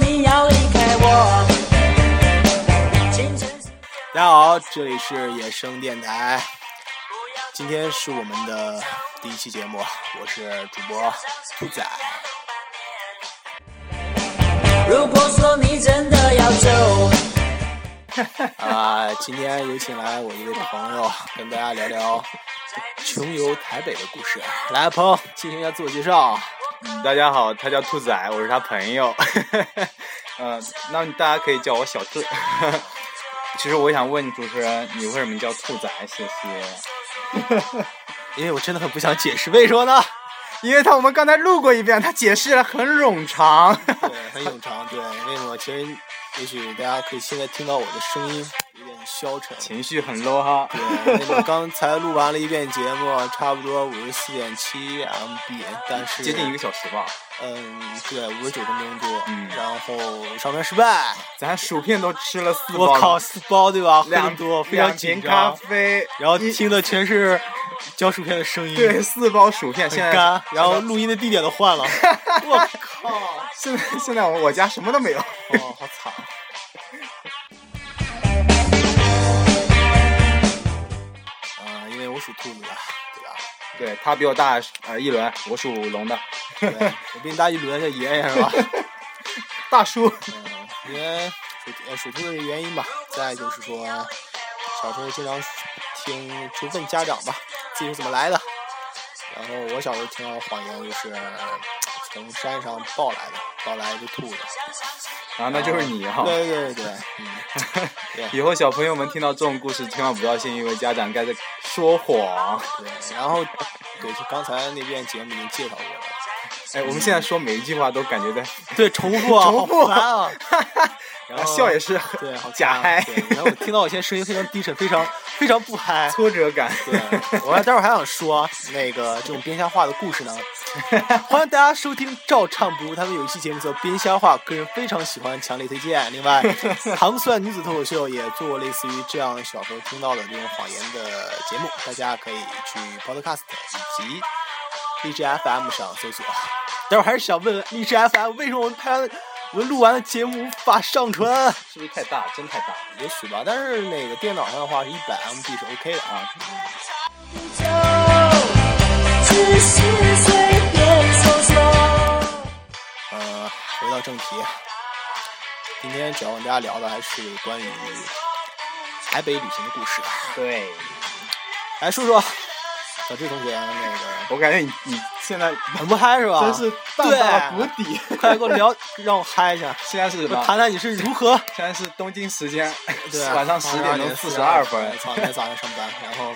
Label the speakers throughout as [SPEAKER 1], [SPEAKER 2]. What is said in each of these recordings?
[SPEAKER 1] 你要离开我。清晨时
[SPEAKER 2] 大家好，这里是野生电台，今天是我们的第一期节目，我是主播兔仔。
[SPEAKER 1] 如果说你真的要走，
[SPEAKER 2] 啊、今天有请来我一位朋友，跟大家聊聊穷游台北的故事。来，朋友进行一下自我介绍。嗯
[SPEAKER 3] 大家好，他叫兔仔，我是他 朋友。
[SPEAKER 2] 呃
[SPEAKER 3] 嗯、那大家可以叫我小 兔。其实我想问主持人，你为什么叫兔仔？谢谢。
[SPEAKER 2] 因为我真的很不想解释，为什么呢？
[SPEAKER 3] 因为他我们刚才录过一遍，他解释了很冗长。
[SPEAKER 2] 对，很冗长。对，为什么？其实也许大家可以现在听到我的声音有点消沉。
[SPEAKER 3] 情绪很 low 哈。
[SPEAKER 2] 对，那个刚才录完了一遍节目，差不多五十四点七 MB，但是
[SPEAKER 3] 接近一个小时吧。
[SPEAKER 2] 嗯，对，五十九分钟多，
[SPEAKER 3] 嗯
[SPEAKER 2] 然后上传失败，
[SPEAKER 3] 咱薯片都吃了四包了。
[SPEAKER 2] 我靠，四包对吧？喝这
[SPEAKER 3] 两
[SPEAKER 2] 么多，非常
[SPEAKER 3] 两瓶
[SPEAKER 2] 紧
[SPEAKER 3] 咖
[SPEAKER 2] 张，
[SPEAKER 3] 啡，
[SPEAKER 2] 然后
[SPEAKER 3] 一
[SPEAKER 2] 听的全是嚼薯片的声音，
[SPEAKER 3] 对，四包薯片，
[SPEAKER 2] 很
[SPEAKER 3] 现在
[SPEAKER 2] 干，然后录音的地点都换 了，我靠，
[SPEAKER 3] 现在现在我家什么都没有。
[SPEAKER 2] 哦，好 惨。啊，因为我属兔子的，对吧？
[SPEAKER 3] 对他比我大呃一轮，我属龙的，
[SPEAKER 2] 对我比你大一轮，叫爷爷是 吧？
[SPEAKER 3] 大叔。
[SPEAKER 2] 嗯，因为属呃属兔的原因吧，再就是说，小时候经常听就问家长吧，自己是怎么来的。然后我小时候听到谎言就是从山上抱来的，抱来一个兔子。
[SPEAKER 3] 啊，那就是你哈、
[SPEAKER 2] 对对对对，嗯，
[SPEAKER 3] 以后小朋友们听到这种故事，千万不要信，因为家长该在说谎。
[SPEAKER 2] 对。然后对，就刚才那遍节目已经介绍过了。
[SPEAKER 3] 哎，我们现在说每一句话都感觉在，
[SPEAKER 2] 对，重复啊，
[SPEAKER 3] 重复
[SPEAKER 2] 好烦啊。 然后
[SPEAKER 3] 笑也是
[SPEAKER 2] 对，好
[SPEAKER 3] 假
[SPEAKER 2] 烦啊
[SPEAKER 3] 嗨
[SPEAKER 2] 对， 然后我听到我现在声音非常低沉，非常非常不嗨。
[SPEAKER 3] 挫折感。
[SPEAKER 2] 对，我还待会儿还想说那个这种编瞎话的故事呢。欢迎大家收听照唱不误，他们有一期节目叫《编瞎话》，个人非常喜欢，强烈推荐。另外，糖蒜女子脱口秀也做过类似于这样小时候听到的这种谎言的节目，大家可以去 Podcast 以及荔枝 FM 上搜索。待会儿还是想问问荔枝 FM 为什么我们拍完我们录完的节目无法上传？
[SPEAKER 3] 是不是太大？真太大
[SPEAKER 2] 也许吧，但是那个电脑上的话是一百 MB 是 OK 的啊。
[SPEAKER 3] 啊！
[SPEAKER 1] 走，只是随便说说。
[SPEAKER 2] 呃，回到正题，今天主要跟大家聊的还是关于台北旅行的故事。啊
[SPEAKER 3] 对，
[SPEAKER 2] 来说说小智同学那个
[SPEAKER 3] 我感觉你你现在
[SPEAKER 2] 很不嗨是吧？
[SPEAKER 3] 真是荡到了谷底。
[SPEAKER 2] 对，快来给我聊，让我嗨一下，
[SPEAKER 3] 现在是什
[SPEAKER 2] 我
[SPEAKER 3] 么？
[SPEAKER 2] 谈谈你是如何
[SPEAKER 3] 现在是东京时间，
[SPEAKER 2] 对 啊
[SPEAKER 3] 晚上十点钟四十二分。
[SPEAKER 2] 操，明天啊早上上班，然 后，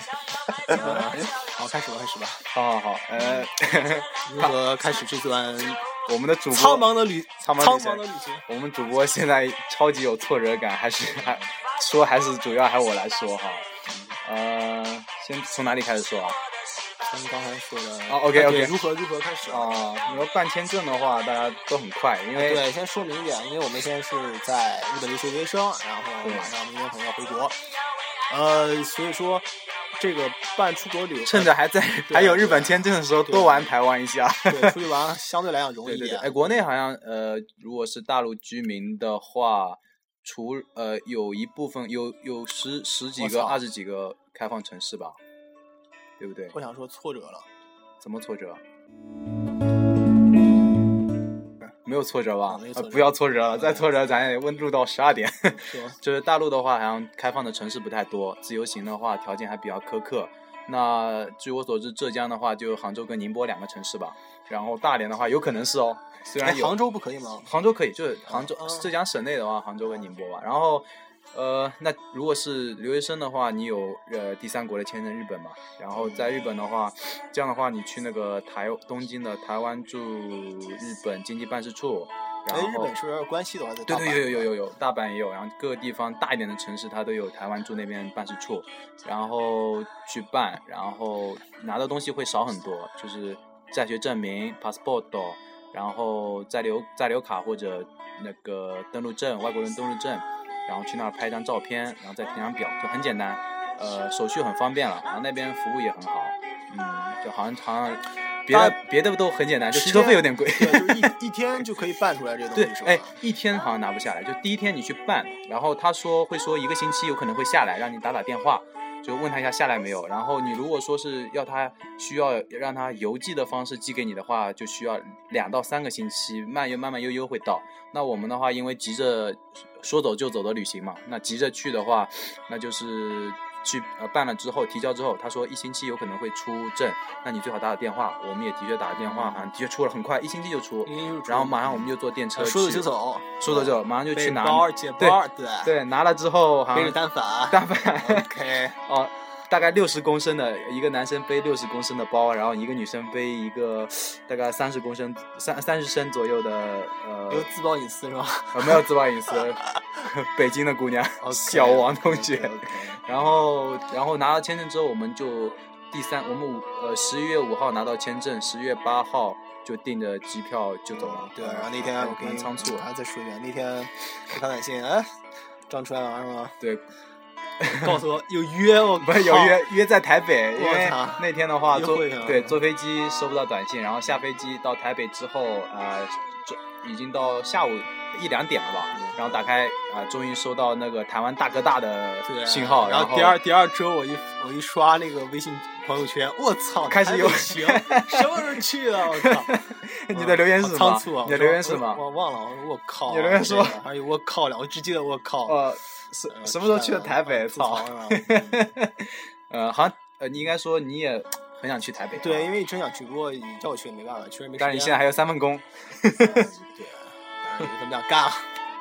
[SPEAKER 2] 呃好，开始吧，开始吧，
[SPEAKER 3] 好好好，呃，
[SPEAKER 2] 如何开始这段
[SPEAKER 3] 我们的主播
[SPEAKER 2] 苍茫的旅
[SPEAKER 3] 苍
[SPEAKER 2] 茫苍
[SPEAKER 3] 茫旅程
[SPEAKER 2] 的旅行？
[SPEAKER 3] 我们主播现在超级有挫折感，还是 还说还是主要还我来说哈。呃，先从哪里开始说啊？
[SPEAKER 2] 咱们刚才说的啊
[SPEAKER 3] 哦，OK，OK
[SPEAKER 2] 对如何如何开始？
[SPEAKER 3] 啊、你说办签证的话，大家都很快，因为
[SPEAKER 2] 对，先说明一点，因为我们现在是在日本留学留学生，然后
[SPEAKER 3] 对
[SPEAKER 2] 马上明天可能要回国，呃，所以说这个办出国旅游，
[SPEAKER 3] 趁着还在
[SPEAKER 2] 对啊
[SPEAKER 3] 还有日本签证的时候，
[SPEAKER 2] 对
[SPEAKER 3] 多玩台湾一下。
[SPEAKER 2] 对出去玩相对来讲容易
[SPEAKER 3] 对
[SPEAKER 2] 一
[SPEAKER 3] 对对，
[SPEAKER 2] 点。
[SPEAKER 3] 哎，国内好像呃，如果是大陆居民的话，除呃有一部分有有十十几
[SPEAKER 2] 我
[SPEAKER 3] 个、
[SPEAKER 2] 操
[SPEAKER 3] 二十几个开放城市吧，对不对？
[SPEAKER 2] 我想说挫折了，
[SPEAKER 3] 怎么挫折？啊没有挫折吧
[SPEAKER 2] 嗯啊没？有挫
[SPEAKER 3] 呃，
[SPEAKER 2] 折
[SPEAKER 3] 不要挫折了，再挫折咱也温度到十二点。
[SPEAKER 2] 是吧？
[SPEAKER 3] 就是大陆的话，好像开放的城市不太多，自由行的话条件还比较苛刻。那据我所知，浙江的话就杭州跟宁波两个城市吧，然后大连的话有可能是哦，虽
[SPEAKER 2] 哎
[SPEAKER 3] 然，有、
[SPEAKER 2] 杭州不可以吗？
[SPEAKER 3] 杭州可以，就是杭州、
[SPEAKER 2] 啊
[SPEAKER 3] 浙江省内的话，杭州跟宁波吧。然后，呃，那如果是留学生的话，你有呃第三国的签证日本嘛？然后在日本的话，这样的话你去那个台东京的台湾驻日本经济办事处，然
[SPEAKER 2] 哎，日
[SPEAKER 3] 后
[SPEAKER 2] 本是不是关系的话在大
[SPEAKER 3] 对
[SPEAKER 2] 阪？
[SPEAKER 3] 对，有有有有有，大阪也有，然后各个地方大一点的城市，它都有台湾驻那边办事处，然后去办，然后拿的东西会少很多，就是在学证明 passport，然后在留在留卡或者那个登陆证，外国人登陆证，然后去那儿拍张照片，然后再填张表，就很简呃嗯单，呃，手续很方便了，然后那边服务也很好，嗯，就好像好像别
[SPEAKER 2] 当
[SPEAKER 3] 的别的都很简单，就
[SPEAKER 2] 时
[SPEAKER 3] 车费
[SPEAKER 2] 间
[SPEAKER 3] 有点贵。
[SPEAKER 2] 对，就是一一天就可以办出来这个东
[SPEAKER 3] 对
[SPEAKER 2] 西，是，吧？
[SPEAKER 3] 哎，一天好像拿不下来，就第一天你去办，然后他说会说一个星期有可能会下来，让你打打电话，就问他一下下来没有。然后你如果说是要他需要让他邮寄的方式寄给你的话，就需要两到三个星期，慢悠慢慢悠悠会到。那我们的话，因为急着说走就走的旅行嘛，那急着去的话，那就是。去呃办了之后提交之后，他说一星期有可能会出证，那你最好打打电话。我们也的确打了电
[SPEAKER 2] 嗯
[SPEAKER 3] 话，好像的确出了，很快一星期就出。然后马上我们就坐电车去，
[SPEAKER 2] 啊说走就走，
[SPEAKER 3] 说走就走，马上就去
[SPEAKER 2] 背
[SPEAKER 3] 拿。
[SPEAKER 2] 包解包，对，
[SPEAKER 3] 对，拿了之后好
[SPEAKER 2] 背着单
[SPEAKER 3] 像
[SPEAKER 2] 反
[SPEAKER 3] 大概
[SPEAKER 2] ，OK，
[SPEAKER 3] 哦，大概六十公升的一个男生背六十公升的包，然后一个女生背一个大概三十公升三三十升左右的呃
[SPEAKER 2] 有自曝隐私是吧？
[SPEAKER 3] 呃没有自曝隐私， 北京的姑娘
[SPEAKER 2] OK，
[SPEAKER 3] 小王同学。
[SPEAKER 2] OK，
[SPEAKER 3] 然后然后拿到签证之后，我们就第三，我们五呃十一月五号拿到签证，十月八号就订的机票就走了。
[SPEAKER 2] 对，然后那天我跟
[SPEAKER 3] 蛮
[SPEAKER 2] 你
[SPEAKER 3] 仓促的
[SPEAKER 2] 还。再说一遍，那天我发短信，哎，张出来玩是吗？
[SPEAKER 3] 对，
[SPEAKER 2] 告诉我有约，我
[SPEAKER 3] 啊 不是有
[SPEAKER 2] 靠，
[SPEAKER 3] 约约在台北，因
[SPEAKER 2] 我
[SPEAKER 3] 为
[SPEAKER 2] 操
[SPEAKER 3] 那天的话
[SPEAKER 2] 约
[SPEAKER 3] 坐
[SPEAKER 2] 会上了
[SPEAKER 3] 对坐飞机收不到短信，然后下飞机到台北之后，呃，这已经到下午一两点了吧，
[SPEAKER 2] 嗯
[SPEAKER 3] 然后打开啊、终于收到那个台湾大哥大的
[SPEAKER 2] 对啊
[SPEAKER 3] 信号，
[SPEAKER 2] 然
[SPEAKER 3] 后
[SPEAKER 2] 第二第二周我一我一刷那个微信朋友圈，我操，
[SPEAKER 3] 开始有
[SPEAKER 2] 台北行，什么时候去的？我靠，
[SPEAKER 3] 你的留言是什么
[SPEAKER 2] 好仓促啊！
[SPEAKER 3] 你的留言是什么
[SPEAKER 2] 我我忘了，我说我靠，啊
[SPEAKER 3] 你的留言说
[SPEAKER 2] 这个还有我靠了，我只记得我靠。
[SPEAKER 3] 呃什
[SPEAKER 2] 呃
[SPEAKER 3] 什么时候去的台北？
[SPEAKER 2] 吐槽
[SPEAKER 3] 操
[SPEAKER 2] 是，啊吧？嗯
[SPEAKER 3] 呃，好像呃你应该说你也很想去台北，啊
[SPEAKER 2] 对，因为真想去，不过叫我去也没办法，确实没时间。
[SPEAKER 3] 但是你现在还有三份
[SPEAKER 2] 啊
[SPEAKER 3] 工，
[SPEAKER 2] 对，反正就这么样干了。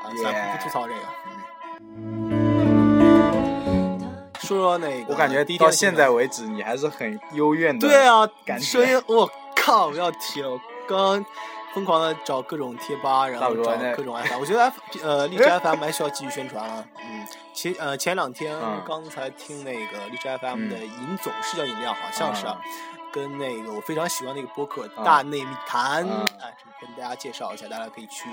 [SPEAKER 2] 啊，
[SPEAKER 3] Yeah
[SPEAKER 2] 咱不不吐槽这个。嗯说说那个，
[SPEAKER 3] 我感觉
[SPEAKER 2] 第一天
[SPEAKER 3] 到
[SPEAKER 2] 的行
[SPEAKER 3] 现
[SPEAKER 2] 程
[SPEAKER 3] 在为止你还是很幽怨的，
[SPEAKER 2] 对，啊，
[SPEAKER 3] 感觉
[SPEAKER 2] 声音我靠，不要提了，我刚疯狂的找各种贴吧，然
[SPEAKER 3] 差
[SPEAKER 2] 后
[SPEAKER 3] 不多
[SPEAKER 2] 找
[SPEAKER 3] 那哎
[SPEAKER 2] 各种 F，我觉得 F 呃荔枝 FM 还需要继续宣传啊。嗯，前呃前两天
[SPEAKER 3] 嗯
[SPEAKER 2] 刚才听那个荔枝 FM
[SPEAKER 3] 嗯
[SPEAKER 2] 的尹总是叫尹亮，好像是啊。跟那个我非常喜欢那个播客《
[SPEAKER 3] 啊
[SPEAKER 2] 大内密谈》
[SPEAKER 3] 啊
[SPEAKER 2] 哎，这跟大家介绍一下，大家可以去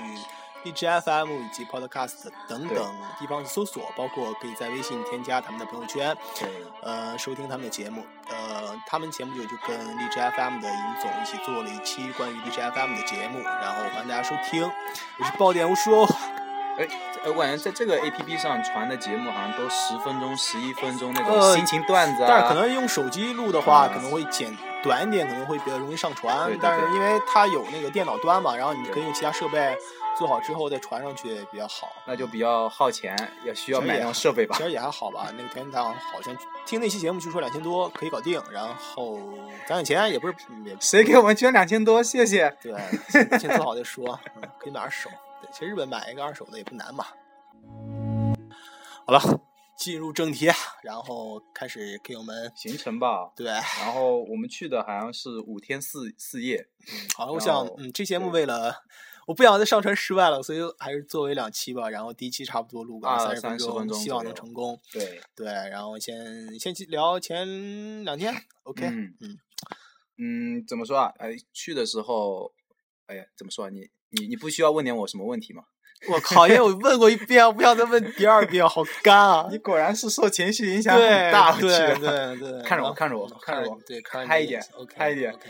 [SPEAKER 2] 荔枝 FM 以及 Podcast 等
[SPEAKER 3] 对
[SPEAKER 2] 等地方去搜索，包括可以在微信添加他们的朋友圈，
[SPEAKER 3] 对
[SPEAKER 2] 呃，收听他们的节目。呃，他们节目就就跟荔枝 FM 的尹总一起做了一期关于荔枝 FM 的节目，然后欢迎大家收听，也是爆点无数哦。
[SPEAKER 3] 哎，呃我感觉在这个 A P P 上传的节目好像都十分钟、十一分钟那种
[SPEAKER 2] 呃
[SPEAKER 3] 心情段子啊，
[SPEAKER 2] 但是可能用手机录的话，
[SPEAKER 3] 嗯
[SPEAKER 2] 可能会剪短一点，可能会比较容易上传。
[SPEAKER 3] 对对对
[SPEAKER 2] 但是因为它有那个电脑端嘛，然后你
[SPEAKER 3] 对
[SPEAKER 2] 可以用其他设备做好之后再传上去也比较好。
[SPEAKER 3] 那就比较耗钱，也需要
[SPEAKER 2] 其实
[SPEAKER 3] 买
[SPEAKER 2] 也
[SPEAKER 3] 那种设备吧
[SPEAKER 2] 其。实也还好吧，那个田径堂好像听那期节目据说两千多可以搞定，然后攒点钱也不是也
[SPEAKER 3] 谁给我们捐两千多？谢谢。
[SPEAKER 2] 对，先先做好再说，嗯，可以买二手。对，其实日本买一个二手的也不难嘛。好了，进入正题，然后开始给我们
[SPEAKER 3] 行程吧，
[SPEAKER 2] 对。
[SPEAKER 3] 然后我们去的好像是五天四四夜，
[SPEAKER 2] 好，我
[SPEAKER 3] 然
[SPEAKER 2] 想
[SPEAKER 3] 后，
[SPEAKER 2] 嗯，这节目
[SPEAKER 3] 哦对
[SPEAKER 2] 为了我不想再上传失败了，所以还是作为两期吧。然后第一期差不多录个
[SPEAKER 3] 啊
[SPEAKER 2] 三
[SPEAKER 3] 30
[SPEAKER 2] 钟，
[SPEAKER 3] 分钟
[SPEAKER 2] 希
[SPEAKER 3] 左
[SPEAKER 2] 望能
[SPEAKER 3] 右
[SPEAKER 2] 成功。
[SPEAKER 3] 对，
[SPEAKER 2] 对，然后先先去聊前两天，OK，
[SPEAKER 3] 嗯
[SPEAKER 2] 嗯
[SPEAKER 3] 嗯，怎么说啊？哎，去的时候，哎呀，怎么说啊？你你你不需要问点我什么问题吗？
[SPEAKER 2] 我靠，因为我问过一遍，我不想再问第二遍，好干 啊！
[SPEAKER 3] 你果然是受情绪影响很
[SPEAKER 2] 对
[SPEAKER 3] 大，我去
[SPEAKER 2] 对
[SPEAKER 3] 了
[SPEAKER 2] 对 对，
[SPEAKER 3] 看着我
[SPEAKER 2] 然后
[SPEAKER 3] 看着我
[SPEAKER 2] 嗯
[SPEAKER 3] 看着我
[SPEAKER 2] 对，看着
[SPEAKER 3] 嗨
[SPEAKER 2] 你
[SPEAKER 3] 一点
[SPEAKER 2] ，OK，
[SPEAKER 3] 嗨一点
[SPEAKER 2] OK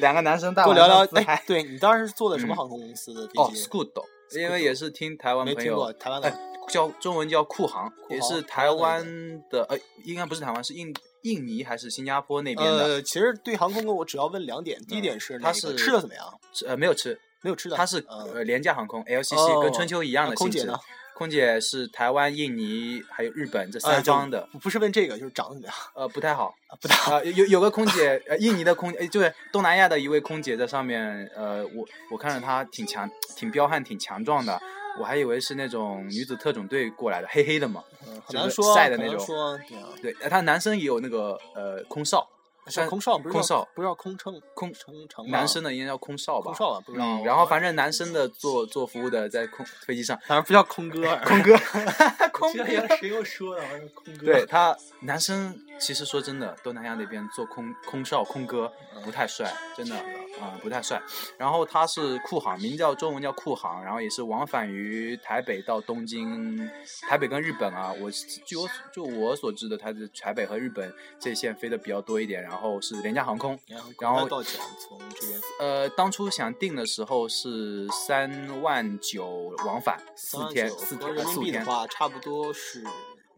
[SPEAKER 3] 两个男生大
[SPEAKER 2] 多
[SPEAKER 3] 晚
[SPEAKER 2] 聊
[SPEAKER 3] 上
[SPEAKER 2] 聊，
[SPEAKER 3] 自
[SPEAKER 2] 哎
[SPEAKER 3] 嗨，
[SPEAKER 2] 对你当时是坐的什么
[SPEAKER 3] 嗯
[SPEAKER 2] 航空公司的飞机？
[SPEAKER 3] 哦，Scoot，因为也是听台湾
[SPEAKER 2] 没
[SPEAKER 3] 朋
[SPEAKER 2] 听
[SPEAKER 3] 友
[SPEAKER 2] 过，台湾
[SPEAKER 3] 哎
[SPEAKER 2] 的，
[SPEAKER 3] 叫中文叫酷航，
[SPEAKER 2] 酷
[SPEAKER 3] 也
[SPEAKER 2] 航
[SPEAKER 3] 是
[SPEAKER 2] 台
[SPEAKER 3] 台
[SPEAKER 2] 湾
[SPEAKER 3] 湾
[SPEAKER 2] 的
[SPEAKER 3] 的，呃，应该不是台湾，是印印尼还是新加坡那边的？
[SPEAKER 2] 呃，其实对航空公司我只要问两点，第一点是
[SPEAKER 3] 它
[SPEAKER 2] 那
[SPEAKER 3] 是
[SPEAKER 2] 个吃的怎么样？
[SPEAKER 3] 是呃，没有吃，
[SPEAKER 2] 没有吃的，
[SPEAKER 3] 它是
[SPEAKER 2] 嗯
[SPEAKER 3] 呃廉价航空
[SPEAKER 2] 哦
[SPEAKER 3] LCC，跟春秋一样
[SPEAKER 2] 那
[SPEAKER 3] 的
[SPEAKER 2] 空
[SPEAKER 3] 性
[SPEAKER 2] 姐
[SPEAKER 3] 质
[SPEAKER 2] 呢。
[SPEAKER 3] 空姐是台湾、印尼还有日本这
[SPEAKER 2] 呃
[SPEAKER 3] 三
[SPEAKER 2] 就
[SPEAKER 3] 方的，
[SPEAKER 2] 不不是问这个，就是长得怎么样，
[SPEAKER 3] 呃，不太好，
[SPEAKER 2] 不大
[SPEAKER 3] 啊，有有个空姐，呃，印尼的空，呃就是东南亚的一位空姐在上面，呃，我我看着她挺强，挺彪悍，挺强壮的，我还以为是那种女子特种队过来的，黑黑的嘛。
[SPEAKER 2] 嗯很
[SPEAKER 3] 就
[SPEAKER 2] 难
[SPEAKER 3] 是
[SPEAKER 2] 说，
[SPEAKER 3] 晒的
[SPEAKER 2] 很
[SPEAKER 3] 那
[SPEAKER 2] 难
[SPEAKER 3] 种
[SPEAKER 2] 说，对啊，
[SPEAKER 3] 对，呃他男生也有那个呃空少，
[SPEAKER 2] 像
[SPEAKER 3] 但
[SPEAKER 2] 空少不是
[SPEAKER 3] 空
[SPEAKER 2] 叫
[SPEAKER 3] 少
[SPEAKER 2] 不是叫空乘
[SPEAKER 3] 空
[SPEAKER 2] 乘乘吗
[SPEAKER 3] 男生的应该叫啊空少吧？
[SPEAKER 2] 空少吧，不知道
[SPEAKER 3] 嗯，
[SPEAKER 2] 我。
[SPEAKER 3] 然后反正男生的做做服务的在空飞机上，
[SPEAKER 2] 反正不叫空 哥，
[SPEAKER 3] 空哥，
[SPEAKER 2] 我
[SPEAKER 3] 空
[SPEAKER 2] 记
[SPEAKER 3] 哥
[SPEAKER 2] 得，有谁给我说的，好像是空哥。
[SPEAKER 3] 对，他男嗯生其实说真的，东南亚那边做空空少空哥不太帅，真的啊、不太帅。然后他是酷航，名叫中文叫酷航，然后也是往返于台北到东京，台北跟日本啊，我据我就我所知的，他是台北和日本这线飞的比较多一点，然后是廉价航空，然后
[SPEAKER 2] 到奖从这边
[SPEAKER 3] 呃，当初想定的时候是三万九往返四天，
[SPEAKER 2] 39
[SPEAKER 3] 四
[SPEAKER 2] 合
[SPEAKER 3] 天呃
[SPEAKER 2] 人
[SPEAKER 3] 四
[SPEAKER 2] 民币的
[SPEAKER 3] 天。嗯
[SPEAKER 2] 话，差不多是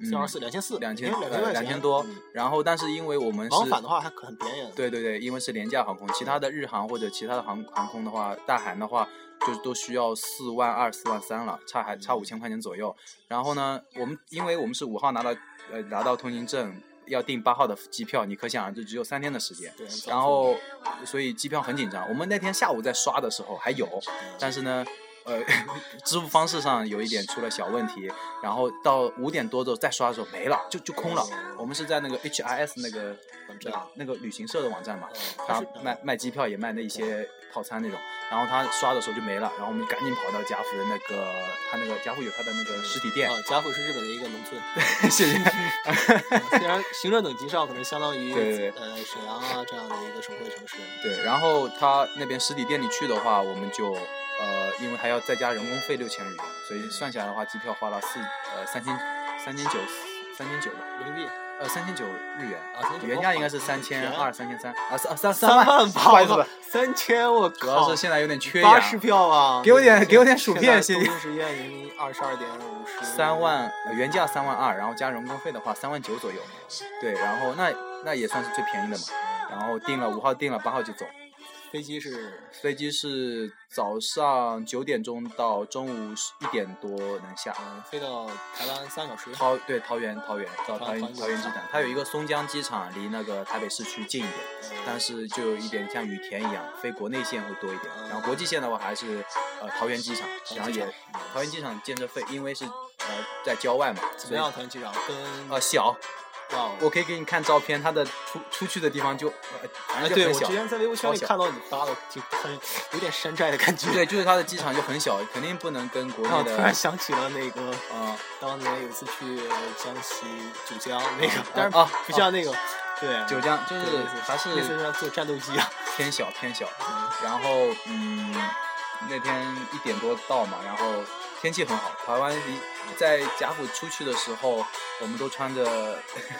[SPEAKER 2] 四二四两千四，
[SPEAKER 3] 两千
[SPEAKER 2] 两千嗯
[SPEAKER 3] 呃两千多，然后但是因为我们是
[SPEAKER 2] 往返的话还可很便宜的。
[SPEAKER 3] 对对对，因为是廉价航空，其他的日航或者其他的航航空的话，大韩的话就都需要四万二、四万三了，差还
[SPEAKER 2] 嗯
[SPEAKER 3] 差五千块钱左右。然后呢，我们因为我们是五号拿到呃拿到通行证，要订八号的机票，你可想而知只有三天的时间。
[SPEAKER 2] 对，
[SPEAKER 3] 然后，所以机票很紧张。我们那天下午在刷的时候还有，但是呢，呃，支付方式上有一点出了小问题，然后到五点多之后再刷的时候没了，就
[SPEAKER 2] 嗯
[SPEAKER 3] 就空了。我们是在那个 HRS 那个
[SPEAKER 2] 网
[SPEAKER 3] 那
[SPEAKER 2] 站
[SPEAKER 3] 个那个旅行社的网站嘛，
[SPEAKER 2] 呃它
[SPEAKER 3] 他
[SPEAKER 2] 是
[SPEAKER 3] 嗯卖卖机票也卖那一些套餐那种，然后他刷的时候就没了，然后我们赶紧跑到贾府的那个他那个贾府有他的那个实体店，
[SPEAKER 2] 啊，贾府是日本的一个农村，嗯
[SPEAKER 3] 谢谢。
[SPEAKER 2] 虽然行政等级上可能相当于
[SPEAKER 3] 对对对
[SPEAKER 2] 呃沈阳啊这样的一个省会城市，
[SPEAKER 3] 对，然后他那边实体店里去的话，我们就呃，因为还要再加人工费六千日元，所以算下来的话，机票花了四呃三千三千九三千九吧，
[SPEAKER 2] 人民币
[SPEAKER 3] 呃三千九日元，
[SPEAKER 2] 啊，3900
[SPEAKER 3] 原价应该是三千
[SPEAKER 2] 便宜
[SPEAKER 3] 二三千三啊三啊三
[SPEAKER 2] 三
[SPEAKER 3] 万，
[SPEAKER 2] 万
[SPEAKER 3] 不好意思
[SPEAKER 2] 吧，三千我靠，
[SPEAKER 3] 主要是现在有点缺
[SPEAKER 2] 八
[SPEAKER 3] 氧，
[SPEAKER 2] 十票啊，
[SPEAKER 3] 给我点给我点薯片谢
[SPEAKER 2] 现 在
[SPEAKER 3] 谢
[SPEAKER 2] 东京时间零零二十二点五十，
[SPEAKER 3] 三万、呃原价三万二，然后加人工费的话三万九左右，对，然后那那也算是最便宜的嘛，然后订了五号订了八号就走。
[SPEAKER 2] 飞机是
[SPEAKER 3] 飞机是早上九点钟到中午一点多能下。
[SPEAKER 2] 嗯飞到台湾三小时，
[SPEAKER 3] 桃对桃园桃园到
[SPEAKER 2] 桃
[SPEAKER 3] 桃园
[SPEAKER 2] 桃园
[SPEAKER 3] 桃园机
[SPEAKER 2] 机
[SPEAKER 3] 场
[SPEAKER 2] 场，
[SPEAKER 3] 它有一个松江机场，离那个台北市区近一点，但是就有一点像雨田一样，飞国内线会多一点。
[SPEAKER 2] 嗯
[SPEAKER 3] 然后国际线的话还是呃桃园机场，
[SPEAKER 2] 桃园机场
[SPEAKER 3] 然后也桃园机场建设费，因为是呃在郊外嘛，
[SPEAKER 2] 怎
[SPEAKER 3] 所
[SPEAKER 2] 么
[SPEAKER 3] 以
[SPEAKER 2] 样？团机长跟
[SPEAKER 3] 呃小，
[SPEAKER 2] 哇哦
[SPEAKER 3] 我可以给你看照片，它的出出去的地方就呃反
[SPEAKER 2] 哎，
[SPEAKER 3] 正就
[SPEAKER 2] 对
[SPEAKER 3] 很
[SPEAKER 2] 我
[SPEAKER 3] 小
[SPEAKER 2] 之。前在微博圈里
[SPEAKER 3] 超小
[SPEAKER 2] 看到你发的，就很有点山寨的感觉。
[SPEAKER 3] 对，就是它的机场就很小，肯定不能跟国
[SPEAKER 2] 让
[SPEAKER 3] 内
[SPEAKER 2] 我
[SPEAKER 3] 的
[SPEAKER 2] 突然想起了那个
[SPEAKER 3] 啊。
[SPEAKER 2] 当年有一次去江西九江那个，但
[SPEAKER 3] 啊
[SPEAKER 2] 是不像那个，对，
[SPEAKER 3] 九江就是
[SPEAKER 2] 对
[SPEAKER 3] 还是
[SPEAKER 2] 类似像坐战斗机 啊，
[SPEAKER 3] 偏小偏小，然后嗯，那天一点多到嘛，然后天气很好，台湾离在贾府出去的时候，我们都穿着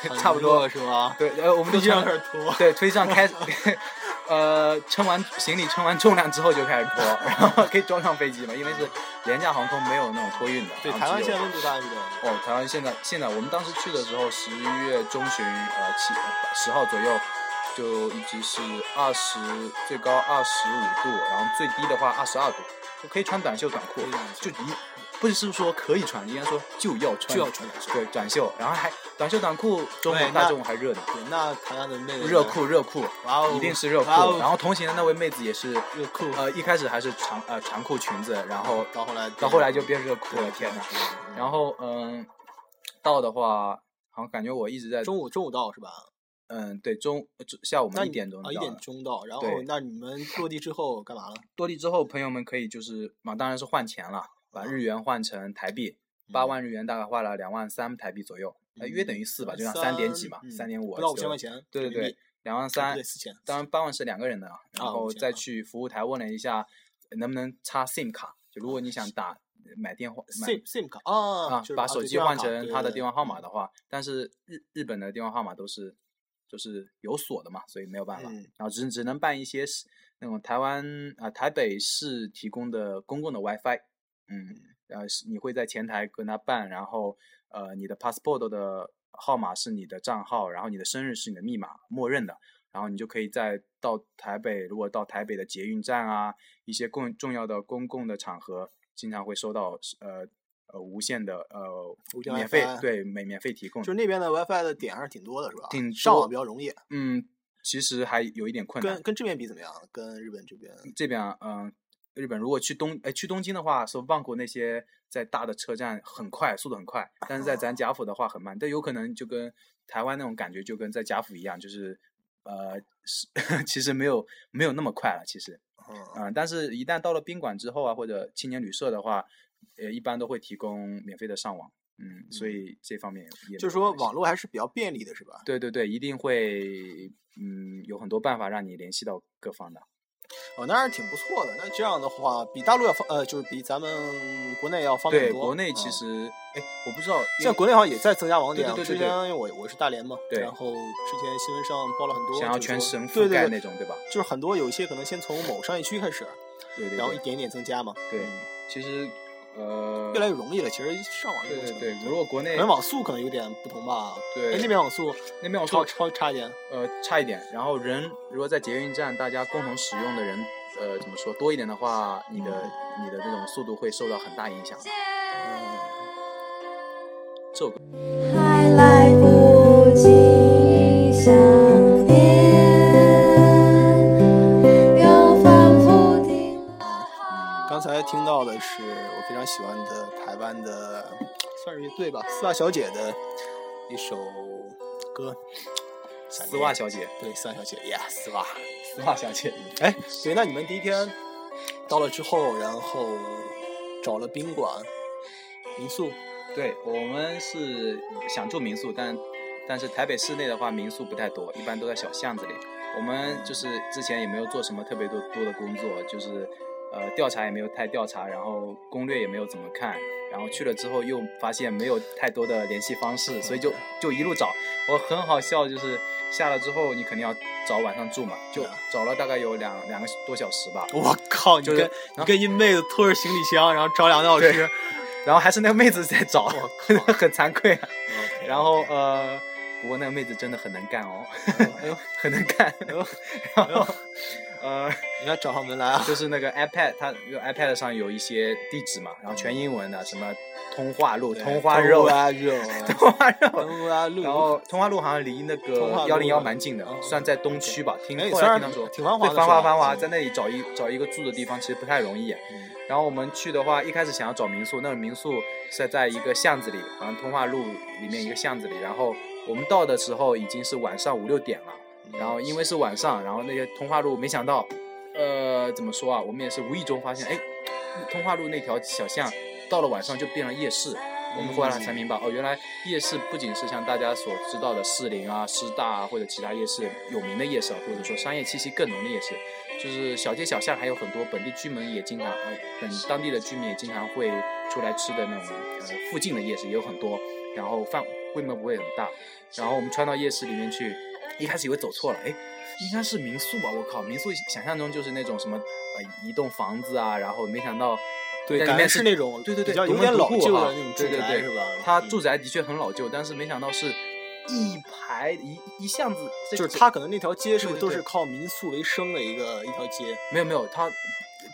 [SPEAKER 2] 很
[SPEAKER 3] 差不
[SPEAKER 2] 热
[SPEAKER 3] 多，
[SPEAKER 2] 是 吧？
[SPEAKER 3] 对，呃，我们都
[SPEAKER 2] 这样
[SPEAKER 3] 穿
[SPEAKER 2] 开
[SPEAKER 3] 着
[SPEAKER 2] 始脱，
[SPEAKER 3] 对，推上开，呃，称完行李称完重量之后就开始拖，然后可以装上飞机嘛，因为是廉价航空没有那种托运的，
[SPEAKER 2] 对，
[SPEAKER 3] 然后
[SPEAKER 2] 台湾
[SPEAKER 3] 只
[SPEAKER 2] 现
[SPEAKER 3] 有
[SPEAKER 2] 在温度大概是多少？
[SPEAKER 3] 哦，台湾现在现在我们当时去的时候，十一月中旬，呃七十号左右，就一直是二十，最高二十五度，然后最低的话二十二度，就可以穿短袖短裤，
[SPEAKER 2] 啊
[SPEAKER 3] 就一不是说可以穿，应该说就要穿，
[SPEAKER 2] 就要穿短袖
[SPEAKER 3] 对短袖，然后还短袖短裤，中
[SPEAKER 2] 对
[SPEAKER 3] 国
[SPEAKER 2] 那
[SPEAKER 3] 大众还热呢，
[SPEAKER 2] 对，那台湾的妹子
[SPEAKER 3] 热，裤热裤，
[SPEAKER 2] 哇哦，
[SPEAKER 3] 一定是热裤，
[SPEAKER 2] 哇哦
[SPEAKER 3] 然后同行的那位妹子也是，
[SPEAKER 2] 热裤，
[SPEAKER 3] 呃一开始还是长呃长裤裙子，然后
[SPEAKER 2] 到后来
[SPEAKER 3] 到后来就变热裤了，
[SPEAKER 2] 对
[SPEAKER 3] 天哪！
[SPEAKER 2] 对对
[SPEAKER 3] 然后嗯，到的话，好像感觉我一直在
[SPEAKER 2] 中午中午到是吧？
[SPEAKER 3] 嗯，对中中下午我
[SPEAKER 2] 那
[SPEAKER 3] 们
[SPEAKER 2] 你
[SPEAKER 3] 一点钟
[SPEAKER 2] 啊，
[SPEAKER 3] 到
[SPEAKER 2] 一点
[SPEAKER 3] 了
[SPEAKER 2] 钟到，然后
[SPEAKER 3] 对
[SPEAKER 2] 那你们落地之后干嘛了？
[SPEAKER 3] 落地之后，朋友们可以就是嘛，当然是换钱了，把日元换成台币，八万日元大概换了两万三台币左右，呃，约等于四吧，就像三点几嘛，三点五
[SPEAKER 2] 嗯不到五千块，钱，
[SPEAKER 3] 对对对，两万三
[SPEAKER 2] 啊对，四千，
[SPEAKER 3] 当然八万是两个人的啊，然
[SPEAKER 2] 啊
[SPEAKER 3] 后
[SPEAKER 2] 我知道
[SPEAKER 3] 再去服务台问了一下呃能不能插 SIM 卡，就如果你想打买电话买
[SPEAKER 2] 哦 SIM SIM 卡啊，
[SPEAKER 3] 啊
[SPEAKER 2] 就是，
[SPEAKER 3] 把
[SPEAKER 2] 对
[SPEAKER 3] 手机
[SPEAKER 2] 电话
[SPEAKER 3] 换
[SPEAKER 2] 卡
[SPEAKER 3] 成他的
[SPEAKER 2] 对嗯
[SPEAKER 3] 电话号码的话，但是日日本的电话号码都是就是有锁的嘛，所以没有办法，
[SPEAKER 2] 嗯
[SPEAKER 3] 然后只只能办一些是那种台湾啊、台北市提供的公共的 WiFi，嗯，呃，是你会在前台跟他办，然后呃，你的 passport 的号码是你的账号，然后你的生日是你的密码，默认的。然后你就可以在到台北，如果到台北的捷运站啊，一些更重要的公共的场合，经常会收到呃呃无线的呃
[SPEAKER 2] 无线
[SPEAKER 3] 免费
[SPEAKER 2] WiFi
[SPEAKER 3] 对免免费提供
[SPEAKER 2] 对，就那边的 WiFi 的点还是挺多的，是吧？
[SPEAKER 3] 挺多
[SPEAKER 2] 上网比较容易，
[SPEAKER 3] 嗯，其实还有一点困难
[SPEAKER 2] 跟。跟这边比怎么样？跟日本这边
[SPEAKER 3] 这边啊嗯、日本如果去东哎去东京的话，是万国那些在大的车站很快，速度很快，但是在咱贾府的话很慢，但有可能就跟台湾那种感觉，就跟在贾府一样，就是呃是 其实没有没有那么快了，其实。
[SPEAKER 2] 嗯，
[SPEAKER 3] 嗯、但是一旦到了宾馆之后啊，或者青年旅社的话，呃，一般都会提供免费的上网，嗯，所以这方面也
[SPEAKER 2] 就是
[SPEAKER 3] 没有
[SPEAKER 2] 说
[SPEAKER 3] 关系
[SPEAKER 2] 网络还是比较便利的，是吧？
[SPEAKER 3] 对对对，一定会，嗯，有很多办法让你联系到各方的。
[SPEAKER 2] 哦，那还是挺不错的。那这样的话，比大陆要方呃，就是比咱们国内要方便
[SPEAKER 3] 对，
[SPEAKER 2] 多。
[SPEAKER 3] 国内其
[SPEAKER 2] 嗯
[SPEAKER 3] 实，哎，我不知道，因
[SPEAKER 2] 现在
[SPEAKER 3] 为
[SPEAKER 2] 国内好像也在增加网点啊。
[SPEAKER 3] 对对对对
[SPEAKER 2] 之前因为我我是大连嘛，
[SPEAKER 3] 对
[SPEAKER 2] 然后之前新闻上报了很多，
[SPEAKER 3] 想要
[SPEAKER 2] 就是
[SPEAKER 3] 全
[SPEAKER 2] 说
[SPEAKER 3] 省
[SPEAKER 2] 对
[SPEAKER 3] 覆
[SPEAKER 2] 对
[SPEAKER 3] 盖
[SPEAKER 2] 对
[SPEAKER 3] 那种，对吧？
[SPEAKER 2] 就是很多有一些可能先从某商业区开始，
[SPEAKER 3] 对对
[SPEAKER 2] 然后一
[SPEAKER 3] 对，
[SPEAKER 2] 点一点增加嘛。
[SPEAKER 3] 对
[SPEAKER 2] 嗯
[SPEAKER 3] 其实，呃，
[SPEAKER 2] 越来越容易了。其实上网这
[SPEAKER 3] 对
[SPEAKER 2] 个
[SPEAKER 3] 对
[SPEAKER 2] 东西
[SPEAKER 3] 对，如果国内
[SPEAKER 2] 可能网速可能有点不同吧。
[SPEAKER 3] 对
[SPEAKER 2] 哎，那边网速
[SPEAKER 3] 那边我
[SPEAKER 2] 超
[SPEAKER 3] 说
[SPEAKER 2] 超差一点。
[SPEAKER 3] 呃差一点，然后人如果在捷运站大家共同使用的人呃怎么说多一点的话，你的
[SPEAKER 2] 嗯
[SPEAKER 3] 你的这种速度会受到很大影响。这首歌
[SPEAKER 4] 还来不及想念，又反复听了好
[SPEAKER 2] 刚才听到的是我非常喜欢的台湾的，算是乐队吧，丝袜小姐的一首歌。
[SPEAKER 3] 丝袜小姐，
[SPEAKER 2] 对，丝袜小姐呀，丝袜。
[SPEAKER 3] 丝袜小姐，
[SPEAKER 2] 哎，对，那你们第一天到了之后，然后找了宾馆、民宿，
[SPEAKER 3] 对我们是想住民宿，但但是台北市内的话民宿不太多，一般都在小巷子里。我们就是之前也没有做什么特别多多的工作，就是呃调查也没有太调查，然后攻略也没有怎么看，然后去了之后又发现没有太多的联系方式，所以就就一路找。我很好笑，就是下了之后你肯定要找晚上住嘛，就
[SPEAKER 2] 对啊
[SPEAKER 3] 找了大概有两两个多小时吧。
[SPEAKER 2] 我靠，你
[SPEAKER 3] 就
[SPEAKER 2] 跟、
[SPEAKER 3] 是
[SPEAKER 2] 你跟一妹子拖着行李箱，然后找两个小 时，
[SPEAKER 3] 然后还是那个妹子在找， 很惭愧、啊。
[SPEAKER 2] OK
[SPEAKER 3] 然后呃，不过那个妹子真的很能干哦，
[SPEAKER 2] 哎呦，
[SPEAKER 3] 很能干。 然后呃，
[SPEAKER 2] 人家找上门来 啊，
[SPEAKER 3] 就是那个 iPad，它那个 iPad 上有一些地址嘛，然后全英文的，什么通话录、
[SPEAKER 2] 嗯对
[SPEAKER 3] 通话肉、
[SPEAKER 2] 通花
[SPEAKER 3] 啊
[SPEAKER 2] 肉，
[SPEAKER 3] 通话 肉。
[SPEAKER 2] 通花肉，
[SPEAKER 3] 然后通话录好像离那
[SPEAKER 2] 通话
[SPEAKER 3] 个
[SPEAKER 2] 路
[SPEAKER 3] 幺零幺蛮近的
[SPEAKER 2] 哦，
[SPEAKER 3] 算在东区吧。听
[SPEAKER 2] 哎
[SPEAKER 3] 后
[SPEAKER 2] 虽
[SPEAKER 3] 来
[SPEAKER 2] 然
[SPEAKER 3] 听他说，
[SPEAKER 2] 挺繁华的
[SPEAKER 3] 对繁华
[SPEAKER 2] 是吧
[SPEAKER 3] 繁华，
[SPEAKER 2] 嗯
[SPEAKER 3] 在那里找一找一个住的地方其实不太容易。啊
[SPEAKER 2] 嗯
[SPEAKER 3] 然后我们去的话，一开始想要找民宿，那个民宿是在一个巷子里，好像通化路里面一个巷子里。然后我们到的时候已经是晚上五六点了，
[SPEAKER 2] 嗯
[SPEAKER 3] 然后因为是晚上，然后那些通化路没想到，呃，怎么说啊？我们也是无意中发现，哎，通化路那条小巷到了晚上就变成夜市。我们后来才明白，哦，原来夜市不仅是像大家所知道的士林啊、师大啊或者其他夜市有名的夜市，啊或者说商业气息更浓的夜市，就是小街小巷还有很多本地居民也经常，呃，本当地的居民也经常会出来吃的那种，呃，附近的夜市也有很多，然后范规模不会很大。然后我们穿到夜市里面去，一开始以为走错了，哎，应该是民宿吧？我靠，民宿想象中就是那种什么呃一栋房子啊，然后没想到
[SPEAKER 2] 对，
[SPEAKER 3] 在里
[SPEAKER 2] 感觉
[SPEAKER 3] 面
[SPEAKER 2] 是那种
[SPEAKER 3] 对对
[SPEAKER 2] 比
[SPEAKER 3] 对，
[SPEAKER 2] 较有
[SPEAKER 3] 独
[SPEAKER 2] 点
[SPEAKER 3] 门独
[SPEAKER 2] 老
[SPEAKER 3] 户
[SPEAKER 2] 旧
[SPEAKER 3] 哈
[SPEAKER 2] 的那种住
[SPEAKER 3] 啊对对
[SPEAKER 2] 宅
[SPEAKER 3] 对
[SPEAKER 2] 是吧？
[SPEAKER 3] 它
[SPEAKER 2] 嗯
[SPEAKER 3] 住宅的确很老旧，但是没想到是一排一一巷子，这
[SPEAKER 2] 就是它可能那条街是不是
[SPEAKER 3] 对对
[SPEAKER 2] 都是
[SPEAKER 3] 对
[SPEAKER 2] 靠民宿为生的一个一条街？
[SPEAKER 3] 没有没有，它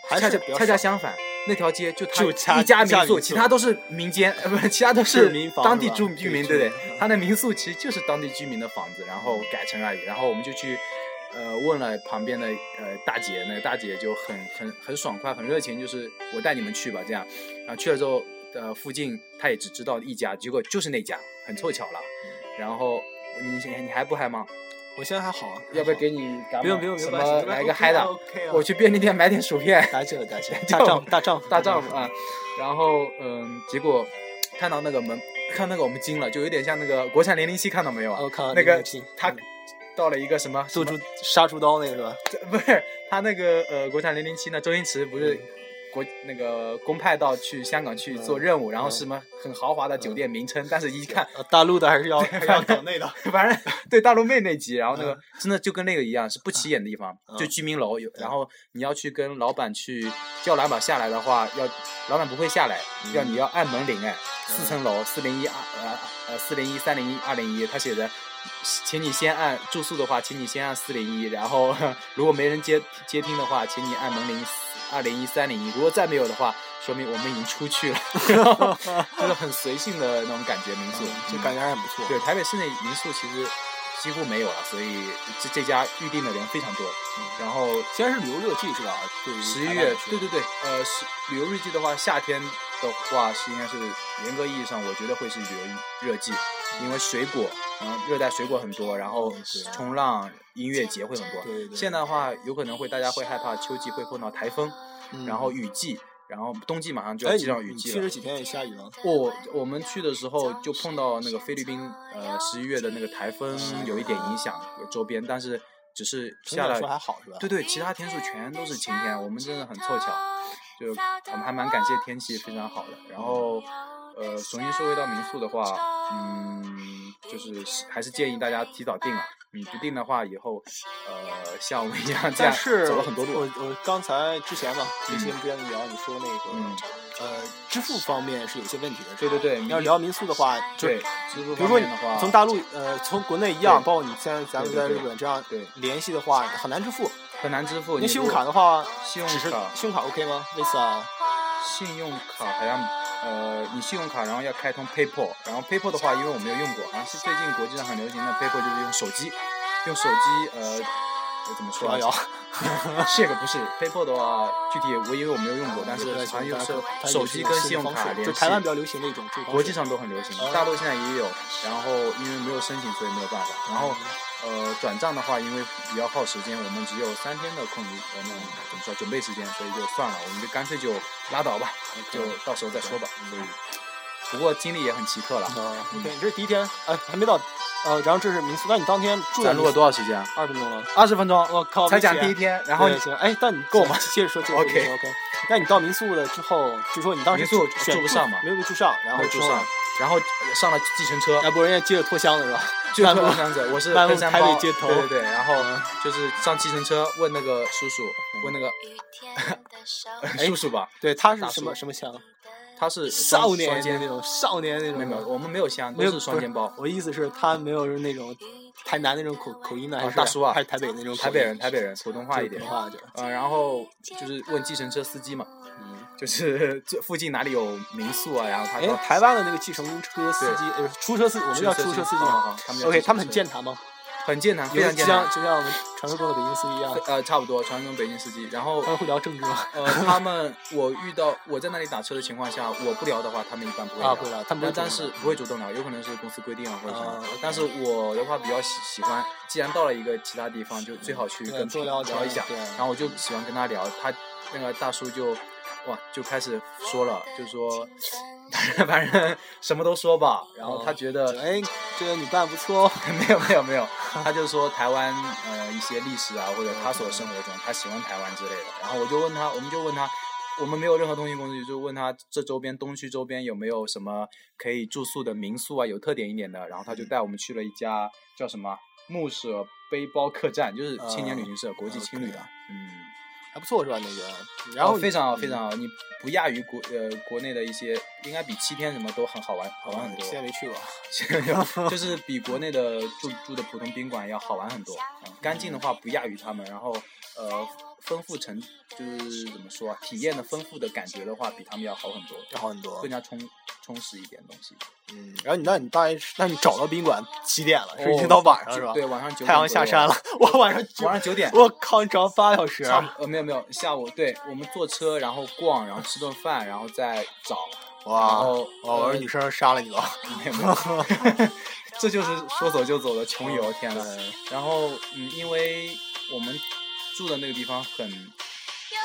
[SPEAKER 2] 还
[SPEAKER 3] 恰
[SPEAKER 2] 是
[SPEAKER 3] 恰
[SPEAKER 2] 比较
[SPEAKER 3] 恰
[SPEAKER 2] 少
[SPEAKER 3] 恰相反，那条街就它
[SPEAKER 2] 就恰
[SPEAKER 3] 一家
[SPEAKER 2] 家
[SPEAKER 3] 民宿，
[SPEAKER 2] 民
[SPEAKER 3] 其
[SPEAKER 2] 宿
[SPEAKER 3] 他都是民间， 呃，不是，其他都
[SPEAKER 2] 是
[SPEAKER 3] 是
[SPEAKER 2] 民房
[SPEAKER 3] 当
[SPEAKER 2] 是
[SPEAKER 3] 地
[SPEAKER 2] 吧
[SPEAKER 3] 住
[SPEAKER 2] 对
[SPEAKER 3] 居民，
[SPEAKER 2] 居
[SPEAKER 3] 对不对
[SPEAKER 2] 民嗯？
[SPEAKER 3] 它的民宿其实就是当地居民的房子，然后改成而已。然后我们就去。呃，问了旁边的呃大姐，那个大姐就很很很爽快，很热情，就是我带你们去吧，这样。然后去了之后，呃，附近她也只知道一家，结果就是那家，很凑巧了。然后你你还不嗨吗？
[SPEAKER 2] 我现在还好啊，
[SPEAKER 3] 要不
[SPEAKER 2] 还
[SPEAKER 3] 要
[SPEAKER 2] 好
[SPEAKER 3] 给你感
[SPEAKER 2] 不用不用不
[SPEAKER 3] 什
[SPEAKER 2] 用，
[SPEAKER 3] 么来个嗨的？我
[SPEAKER 2] 我
[SPEAKER 3] 去便利店买点薯片。
[SPEAKER 2] 打起来打起来，
[SPEAKER 3] 就
[SPEAKER 2] 大丈 夫大丈夫
[SPEAKER 3] 大丈夫啊。然后嗯，结果看到那个门，看那个我们惊了，就有点像那个国产零零七，看到没有啊？
[SPEAKER 2] 哦我看到
[SPEAKER 3] 那个
[SPEAKER 2] 007
[SPEAKER 3] 他
[SPEAKER 2] 嗯
[SPEAKER 3] 到了一个什么？
[SPEAKER 2] 做出杀猪刀那是吧？
[SPEAKER 3] 不是他那个呃，国产零零七呢？周星驰不是。国那个公派到去香港去做任务，然后
[SPEAKER 2] 嗯嗯
[SPEAKER 3] 是什么很豪华的酒店名称，但是一看
[SPEAKER 2] 呃大陆的还是 要还是要岛 内的，
[SPEAKER 3] 反正对大陆妹那集，然后那个真的就跟那个一样，是不起眼的地方，就居民楼有。然后你要去跟老板去叫老板下来的话，要老板不会下来，要你要按门铃哎，四层楼四零一二呃呃四零一三零一二零一，他写着。请你先按住宿的话，请你先按四零一，然后 如果没人接接听的话，请你按门铃二零一三零一。如果再没有的话，说明我们已经出去了， 就是很随性的那种感觉民宿，
[SPEAKER 2] 就感觉还是很不错。
[SPEAKER 3] 对，台北市内民宿其实几乎没有了，所以这这家预定的人非常多。
[SPEAKER 2] 嗯
[SPEAKER 3] 然后
[SPEAKER 2] 虽然是旅游热季是吧？对于
[SPEAKER 3] 十
[SPEAKER 2] 台
[SPEAKER 3] 一
[SPEAKER 2] 湾
[SPEAKER 3] 月
[SPEAKER 2] 来，说
[SPEAKER 3] 对对对，呃，是旅游日记的话，夏天的话是应该是严格意义上，我觉得会是旅游热季，因为水果，然后热带水果很多，然后
[SPEAKER 2] 对啊
[SPEAKER 3] 冲浪、音乐节会很多。
[SPEAKER 2] 对对
[SPEAKER 3] 现在的话，有可能会大家会害怕秋季会碰到台风，
[SPEAKER 2] 嗯
[SPEAKER 3] 然后雨季，然后冬季马上就
[SPEAKER 2] 哎，
[SPEAKER 3] 要
[SPEAKER 2] 你
[SPEAKER 3] 进入雨
[SPEAKER 2] 你
[SPEAKER 3] 季
[SPEAKER 2] 去
[SPEAKER 3] 了
[SPEAKER 2] 这。几天也下雨吗？
[SPEAKER 3] 我我们去的时候就
[SPEAKER 2] 嗯
[SPEAKER 3] 碰到那个菲律宾呃十一月的那个台风有一点影响周边，但是只是
[SPEAKER 2] 整
[SPEAKER 3] 下
[SPEAKER 2] 体来
[SPEAKER 3] 来
[SPEAKER 2] 说还好是吧？
[SPEAKER 3] 对对，其他天数全都是晴天，我们真的很凑巧，就我们还蛮感谢天气非常好的。然后，呃，重新说回到民宿的话，嗯，就是还是建议大家提早订了，你不订的话，以后呃像我们一样这
[SPEAKER 2] 但
[SPEAKER 3] 样
[SPEAKER 2] 是
[SPEAKER 3] 走了很多路
[SPEAKER 2] 我。我刚才之前嘛，之
[SPEAKER 3] 嗯
[SPEAKER 2] 前不愿意聊，你说那个、
[SPEAKER 3] 嗯
[SPEAKER 2] 呃支付方面是有些问题的。
[SPEAKER 3] 对对对，
[SPEAKER 2] 你要聊民宿的话，就
[SPEAKER 3] 对，支付
[SPEAKER 2] 比如
[SPEAKER 3] 方
[SPEAKER 2] 说
[SPEAKER 3] 面
[SPEAKER 2] 你
[SPEAKER 3] 的话，
[SPEAKER 2] 从大陆呃从国内一样，
[SPEAKER 3] 对
[SPEAKER 2] 包括你现在咱们
[SPEAKER 3] 对
[SPEAKER 2] 在
[SPEAKER 3] 对
[SPEAKER 2] 日
[SPEAKER 3] 对
[SPEAKER 2] 本这样
[SPEAKER 3] 对
[SPEAKER 2] 联系的话，很难支付。
[SPEAKER 3] 很难支付。
[SPEAKER 2] 那
[SPEAKER 3] 你
[SPEAKER 2] 信
[SPEAKER 3] 如
[SPEAKER 2] 用
[SPEAKER 3] 果
[SPEAKER 2] 卡的话，
[SPEAKER 3] 信用
[SPEAKER 2] 只是
[SPEAKER 3] 卡
[SPEAKER 2] 信用卡 OK 吗？Visa
[SPEAKER 3] 哦信用卡好像，呃，你信用卡然后要开通 PayPal，然后 PayPal 的话，因为我没有用过，然后是最近国际上很流行的 PayPal 就是用手机，用手机呃，呃怎么说
[SPEAKER 2] 摇
[SPEAKER 3] 啊？
[SPEAKER 2] 摇，
[SPEAKER 3] 这个不 是 PayPal 的话，具体我因为我没有用过，但是
[SPEAKER 2] 啊对
[SPEAKER 3] 好像用手
[SPEAKER 2] 它有
[SPEAKER 3] 手
[SPEAKER 2] 这
[SPEAKER 3] 机
[SPEAKER 2] 种
[SPEAKER 3] 跟
[SPEAKER 2] 新
[SPEAKER 3] 信
[SPEAKER 2] 的
[SPEAKER 3] 用
[SPEAKER 2] 方
[SPEAKER 3] 卡
[SPEAKER 2] 式
[SPEAKER 3] 联
[SPEAKER 2] 就
[SPEAKER 3] 系，
[SPEAKER 2] 台湾比较流行的一种支付方
[SPEAKER 3] 国际
[SPEAKER 2] 式
[SPEAKER 3] 上都很流行
[SPEAKER 2] 哦，
[SPEAKER 3] 大陆现在也有，然后因为没有申请，所以没有办法。然后呃，转账的话，因为比较耗时间，我们只有三天的空余，呃，那种怎么说准备时间，所以就算了，我们就干脆就拉倒吧，就到时候再说吧。所以，不过经历也很奇特了。
[SPEAKER 2] 啊，OK，你这是第一天，哎，还没到，呃，然后这是民宿，那你当天住在
[SPEAKER 3] 咱录了多少时间啊？
[SPEAKER 2] 二十分钟了？
[SPEAKER 3] 二十分钟，
[SPEAKER 2] 我靠，
[SPEAKER 3] 才
[SPEAKER 2] 没
[SPEAKER 3] 讲
[SPEAKER 2] 写
[SPEAKER 3] 第一天，然后
[SPEAKER 2] 对行，哎，但你够吗？接着说，接着说
[SPEAKER 3] OK
[SPEAKER 2] 接着说 OK。那你到民宿了之后，就说你当时
[SPEAKER 3] 民宿
[SPEAKER 2] 住选
[SPEAKER 3] 住不上嘛
[SPEAKER 2] 没有没有住上，然后
[SPEAKER 3] 没住上，，然后呃上了计程车，
[SPEAKER 2] 要不人家接着拖箱子是吧？
[SPEAKER 3] 就
[SPEAKER 2] 漫
[SPEAKER 3] 这
[SPEAKER 2] 步
[SPEAKER 3] 样子，我是
[SPEAKER 2] 漫步
[SPEAKER 3] 登山
[SPEAKER 2] 台北
[SPEAKER 3] 包，
[SPEAKER 2] 街头嗯
[SPEAKER 3] 对对对，然后就是上计程车问那个叔叔，问那个
[SPEAKER 2] 哎
[SPEAKER 3] 叔叔吧，
[SPEAKER 2] 对，他是
[SPEAKER 3] 大
[SPEAKER 2] 什
[SPEAKER 3] 叔
[SPEAKER 2] 么什么箱？
[SPEAKER 3] 他是双
[SPEAKER 2] 少年
[SPEAKER 3] 双肩
[SPEAKER 2] 那种，少年那
[SPEAKER 3] 没有没有，
[SPEAKER 2] 种。
[SPEAKER 3] 我们没有箱，
[SPEAKER 2] 没
[SPEAKER 3] 都
[SPEAKER 2] 有
[SPEAKER 3] 是双肩包
[SPEAKER 2] 不。是我意思是，他没有那种台南那种口口音呢，还
[SPEAKER 3] 啊
[SPEAKER 2] 是
[SPEAKER 3] 大叔啊
[SPEAKER 2] 还是台北那种口
[SPEAKER 3] 台北
[SPEAKER 2] 音
[SPEAKER 3] 人，台北人，普通话一点
[SPEAKER 2] 普。通话就
[SPEAKER 3] 呃，然后就是问计程车司机嘛，
[SPEAKER 2] 嗯。
[SPEAKER 3] 就是这附近哪里有民宿啊？然后他
[SPEAKER 2] 哎
[SPEAKER 3] 说，
[SPEAKER 2] 台湾的那个计程车司机，呃，出租车司，我们叫出租车司机
[SPEAKER 3] 好
[SPEAKER 2] 嘛。
[SPEAKER 3] 好啊他们叫
[SPEAKER 2] OK，
[SPEAKER 3] 计程
[SPEAKER 2] 他们很
[SPEAKER 3] 车
[SPEAKER 2] 健，谈吗？
[SPEAKER 3] 很健哦谈，非
[SPEAKER 2] 有就
[SPEAKER 3] 常健
[SPEAKER 2] 像
[SPEAKER 3] 谈。
[SPEAKER 2] 就像我们传说中的北京司机一样，
[SPEAKER 3] 呃，差不多，传说中北京司机。然后
[SPEAKER 2] 他们会聊政治吗？
[SPEAKER 3] 呃，他们我遇到我在那里打车的情况下，我不聊的话，他们一般不会 聊。
[SPEAKER 2] 啊，不会聊，他们不会
[SPEAKER 3] 但
[SPEAKER 2] 主动
[SPEAKER 3] 但是
[SPEAKER 2] 聊
[SPEAKER 3] 不会主动聊，有可能是公司规定啊或者什么
[SPEAKER 2] 啊。
[SPEAKER 3] 但是我的话比较喜喜欢，既然到了一个其他地方，就最好去
[SPEAKER 2] 对
[SPEAKER 3] 跟
[SPEAKER 2] 嗯多
[SPEAKER 3] 同
[SPEAKER 2] 聊
[SPEAKER 3] 聊一下。
[SPEAKER 2] 对
[SPEAKER 3] 然后我就喜欢跟他聊，他那个大叔就哇就开始说了，就说反正反正什么都说吧。然后他觉得、
[SPEAKER 2] 哎，这个女伴不错哦。
[SPEAKER 3] 没有没有没有，他就说台湾呃一些历史啊，或者他所生活中他喜欢台湾之类的。然后我就问他，我们就问他，我们没有任何通信工具，就问他这周边东区周边有没有什么可以住宿的民宿啊，有特点一点的。然后他就带我们去了一家叫什么木舍背包客栈，就是青年旅行社、国际青旅的，嗯。
[SPEAKER 2] 还不错是吧？那个，然
[SPEAKER 3] 然
[SPEAKER 2] 后、嗯
[SPEAKER 3] 后哦非常好，非常好，你不亚于国呃国内的一些，应该比七天什么都很好玩，好玩很多。
[SPEAKER 2] 现在没去过，
[SPEAKER 3] 就是比国内的住住的普通宾馆要好玩很多，嗯干净的话不亚于他们，然后呃丰富程就是怎么说啊，体验的丰富的感觉的话，比他们要好很多，
[SPEAKER 2] 要好很多
[SPEAKER 3] 更。加充充实一点东西。
[SPEAKER 2] 嗯，然后你那你大概是，那你找到宾馆几点了？是已
[SPEAKER 3] 哦
[SPEAKER 2] 经到晚上
[SPEAKER 3] 就是
[SPEAKER 2] 吧？
[SPEAKER 3] 对，，晚上九
[SPEAKER 2] 太阳
[SPEAKER 3] 点左
[SPEAKER 2] 下
[SPEAKER 3] 右
[SPEAKER 2] 山了，，我晚上九
[SPEAKER 3] 晚上 九点。
[SPEAKER 2] 我靠，你找了八个小时，
[SPEAKER 3] 差不呃没有没有，下午对我们坐车，然后逛，然后吃顿饭，然后再找，然
[SPEAKER 2] 哇！
[SPEAKER 3] 后
[SPEAKER 2] 哦，我
[SPEAKER 3] 呃
[SPEAKER 2] 说女生杀了你吧？
[SPEAKER 3] 没有没有， 这就是说走就走的穷游，天呐。然后嗯，因为我们住的那个地方很，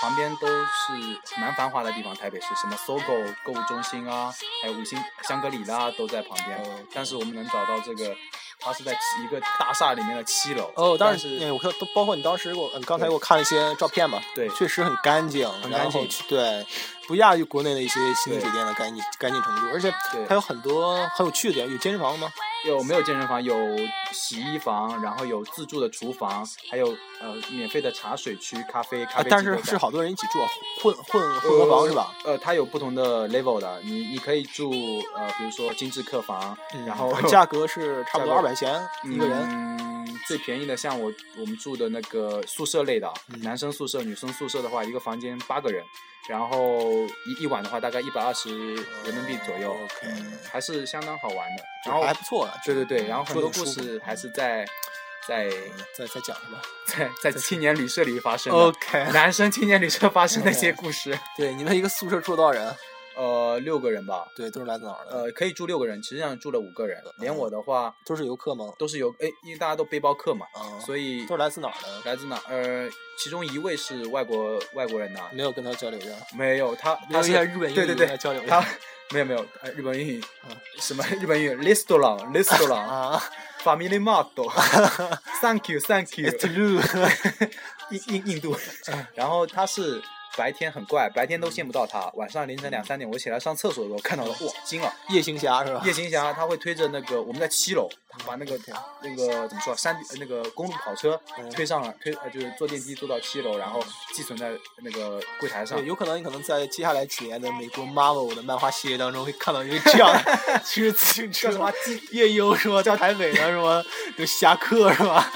[SPEAKER 3] 旁边都是蛮繁华的地方，台北市什么搜狗购物中心啊，还有五星香格里拉都在旁边。但是我们能找到这个，它是在一个大厦里面的七楼。
[SPEAKER 2] 哦，当
[SPEAKER 3] 但
[SPEAKER 2] 时
[SPEAKER 3] 是
[SPEAKER 2] 哎，我看都包括你当时给我，嗯，刚才给我看了一些照片嘛，
[SPEAKER 3] 对
[SPEAKER 2] 确实很干净，
[SPEAKER 3] 很
[SPEAKER 2] 然
[SPEAKER 3] 干
[SPEAKER 2] 后
[SPEAKER 3] 净
[SPEAKER 2] 去对，不亚于国内的一些星级
[SPEAKER 3] 对
[SPEAKER 2] 酒店的干净干净程度，而且
[SPEAKER 3] 对
[SPEAKER 2] 它有很多很有趣的点，有健身房吗？
[SPEAKER 3] 有没有健身房？有洗衣房，然后有自助的厨房，还有呃免费的茶水区、咖啡、咖
[SPEAKER 2] 啊
[SPEAKER 3] 啡机都在、
[SPEAKER 2] 但是是好多人一起住啊，混混混合房是吧？
[SPEAKER 3] 呃，它有不同的 level 的，你你可以住呃，比如说精致客房，然后
[SPEAKER 2] 嗯 价格是差不多
[SPEAKER 3] 价
[SPEAKER 2] 二
[SPEAKER 3] 格
[SPEAKER 2] 百钱一个人。
[SPEAKER 3] 嗯，最便宜的像我我们住的那个宿舍类的，
[SPEAKER 2] 嗯
[SPEAKER 3] 男生宿舍、女生宿舍的话，一个房间八个人，然后一一晚的话大概一百二十人民币左右
[SPEAKER 2] 哦 OK
[SPEAKER 3] 嗯还是相当好玩的。
[SPEAKER 2] 就
[SPEAKER 3] 然后
[SPEAKER 2] 还不错了，
[SPEAKER 3] 对对对，然后很
[SPEAKER 2] 住得
[SPEAKER 3] 多
[SPEAKER 2] 很
[SPEAKER 3] 故
[SPEAKER 2] 舒服嗯
[SPEAKER 3] 事还是在在
[SPEAKER 2] 再再讲是吧
[SPEAKER 3] 在在青年旅社
[SPEAKER 2] 哦
[SPEAKER 3] 里发生的。
[SPEAKER 2] ？OK，
[SPEAKER 3] 男生青年旅社发生的一些故事，
[SPEAKER 2] 对，你们一个宿舍住多少人？
[SPEAKER 3] 呃六个人吧，
[SPEAKER 2] 对，都是来自哪儿的？
[SPEAKER 3] 呃，可以住六个人，其实际上住了五个人，
[SPEAKER 2] 哦
[SPEAKER 3] 连我的话
[SPEAKER 2] 都是游客吗？
[SPEAKER 3] 都是有，哎，因为大家都背包客嘛，
[SPEAKER 2] 啊，
[SPEAKER 3] 所以
[SPEAKER 2] 都是来自哪儿的？
[SPEAKER 3] 来自哪？呃，其中一位是外国外国人呐、
[SPEAKER 2] 没有跟他交流呀？
[SPEAKER 3] 没有他，
[SPEAKER 2] 聊嗯
[SPEAKER 3] 他
[SPEAKER 2] 一
[SPEAKER 3] 是
[SPEAKER 2] 下日本英语，
[SPEAKER 3] 对对
[SPEAKER 2] 跟他
[SPEAKER 3] 对，
[SPEAKER 2] 交流一下
[SPEAKER 3] 他没有没有，呃日本英语
[SPEAKER 2] 啊，
[SPEAKER 3] 什么日本英语？restaurant restaurant
[SPEAKER 2] 啊
[SPEAKER 3] family mart，thank you thank you，
[SPEAKER 2] ，It's Lu，
[SPEAKER 3] 印印 印度，然后他是白天很怪，白天都见不到他，晚上
[SPEAKER 2] 嗯
[SPEAKER 3] 凌晨两三点我起来上厕所的时候看到了，哇，惊了！
[SPEAKER 2] 夜行侠是吧？
[SPEAKER 3] 夜行侠他会推着那个我们在七楼，他把那个那个怎么说啊山那个公路跑车
[SPEAKER 2] 嗯
[SPEAKER 3] 推上了，推呃就是坐电梯坐到七楼，然后寄存在那个柜台上
[SPEAKER 2] 对，。有可能你可能在接下来几年的美国 Marvel 的漫画系列当中会看到一个这样 的，骑着自行车
[SPEAKER 3] 叫什么
[SPEAKER 2] 夜游是吧？叫台北的是吧？有侠客是吧？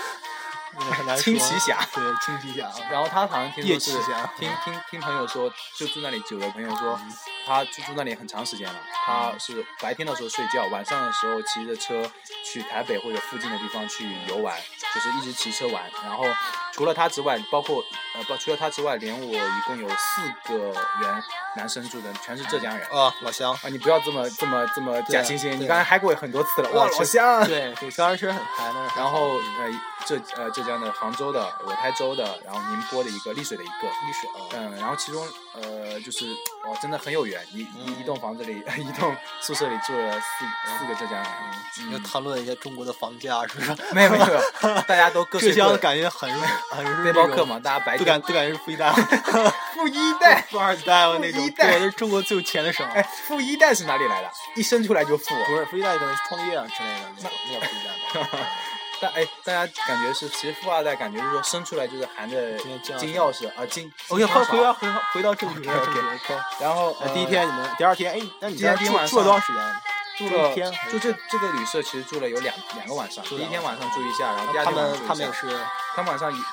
[SPEAKER 2] 嗯很难说
[SPEAKER 3] 轻骑侠
[SPEAKER 2] 对，轻骑侠。
[SPEAKER 3] 然后他好像听
[SPEAKER 2] 夜啊
[SPEAKER 3] 说
[SPEAKER 2] 骑
[SPEAKER 3] 是
[SPEAKER 2] 侠
[SPEAKER 3] 听听听朋友说，就住那里久的朋友说，他就住那里很长时间了。他是白天的时候睡觉，晚上的时候骑着车去台北或者附近的地方去游玩，就是一直骑车玩。然后除了他之外，包括呃不除了他之外，连我一共有四个人男生住的，全是浙江人。
[SPEAKER 2] 啊，老乡，
[SPEAKER 3] 啊，你不要这么这么这么假惺
[SPEAKER 2] 对
[SPEAKER 3] 惺，你
[SPEAKER 2] 对
[SPEAKER 3] 刚才嗨过很多次了，哇，
[SPEAKER 2] 啊
[SPEAKER 3] 老乡。
[SPEAKER 2] 对对，当时确实很嗨，但是
[SPEAKER 3] 然后呃浙呃浙江的杭州的，我台州的，然后宁波的一个，丽水的一个，
[SPEAKER 2] 历史啊，
[SPEAKER 3] 嗯，然后其中呃就是哦，真的很有缘，一
[SPEAKER 2] 嗯
[SPEAKER 3] 一一栋房子里， 一栋宿舍里住了四四个浙江人，
[SPEAKER 2] 要
[SPEAKER 3] 嗯
[SPEAKER 2] 谈论一下中国的房价是不 是？
[SPEAKER 3] 没有没有，没有大家都各
[SPEAKER 2] 浙
[SPEAKER 3] 睡
[SPEAKER 2] 江
[SPEAKER 3] 各
[SPEAKER 2] 感觉很是很是
[SPEAKER 3] 背
[SPEAKER 2] 那
[SPEAKER 3] 包
[SPEAKER 2] 种
[SPEAKER 3] 客，嘛，大家白
[SPEAKER 2] 都感
[SPEAKER 3] 天
[SPEAKER 2] 都感觉是富一代
[SPEAKER 3] 富一代，
[SPEAKER 2] 富二代了那
[SPEAKER 3] 富
[SPEAKER 2] 种，
[SPEAKER 3] 一代
[SPEAKER 2] 对，就是中国最有钱的省。
[SPEAKER 3] 哎，富一代是哪里来的？一生出来就富，
[SPEAKER 2] 不是富一代可能是创业啊之类的，那种那叫富一代吧。
[SPEAKER 3] 但哎，大家感觉是，其实富二代感觉是说生出来就是含着
[SPEAKER 2] 金金钥匙
[SPEAKER 3] 金钥匙啊，金
[SPEAKER 2] OK，回
[SPEAKER 3] 金汤勺
[SPEAKER 2] 回到回到回到正题，正
[SPEAKER 3] OK，OK
[SPEAKER 2] 题。OK，
[SPEAKER 3] 然后
[SPEAKER 2] 那
[SPEAKER 3] 呃
[SPEAKER 2] 第一天你们，第二天，哎，那你
[SPEAKER 3] 第二
[SPEAKER 2] 在
[SPEAKER 3] 天
[SPEAKER 2] 住
[SPEAKER 3] 晚
[SPEAKER 2] 住了
[SPEAKER 3] 上
[SPEAKER 2] 多长时间？
[SPEAKER 3] 住
[SPEAKER 2] 住
[SPEAKER 3] 了
[SPEAKER 2] 一天还
[SPEAKER 3] 就是这这个旅社其实住了有两两个晚上，
[SPEAKER 2] 住
[SPEAKER 3] 第
[SPEAKER 2] 两
[SPEAKER 3] 一天
[SPEAKER 2] 个
[SPEAKER 3] 晚上住一下，然后第二
[SPEAKER 2] 他
[SPEAKER 3] 天晚
[SPEAKER 2] 们
[SPEAKER 3] 上
[SPEAKER 2] 他
[SPEAKER 3] 住
[SPEAKER 2] 们
[SPEAKER 3] 一
[SPEAKER 2] 也
[SPEAKER 3] 下。
[SPEAKER 2] 是
[SPEAKER 3] 他们晚上也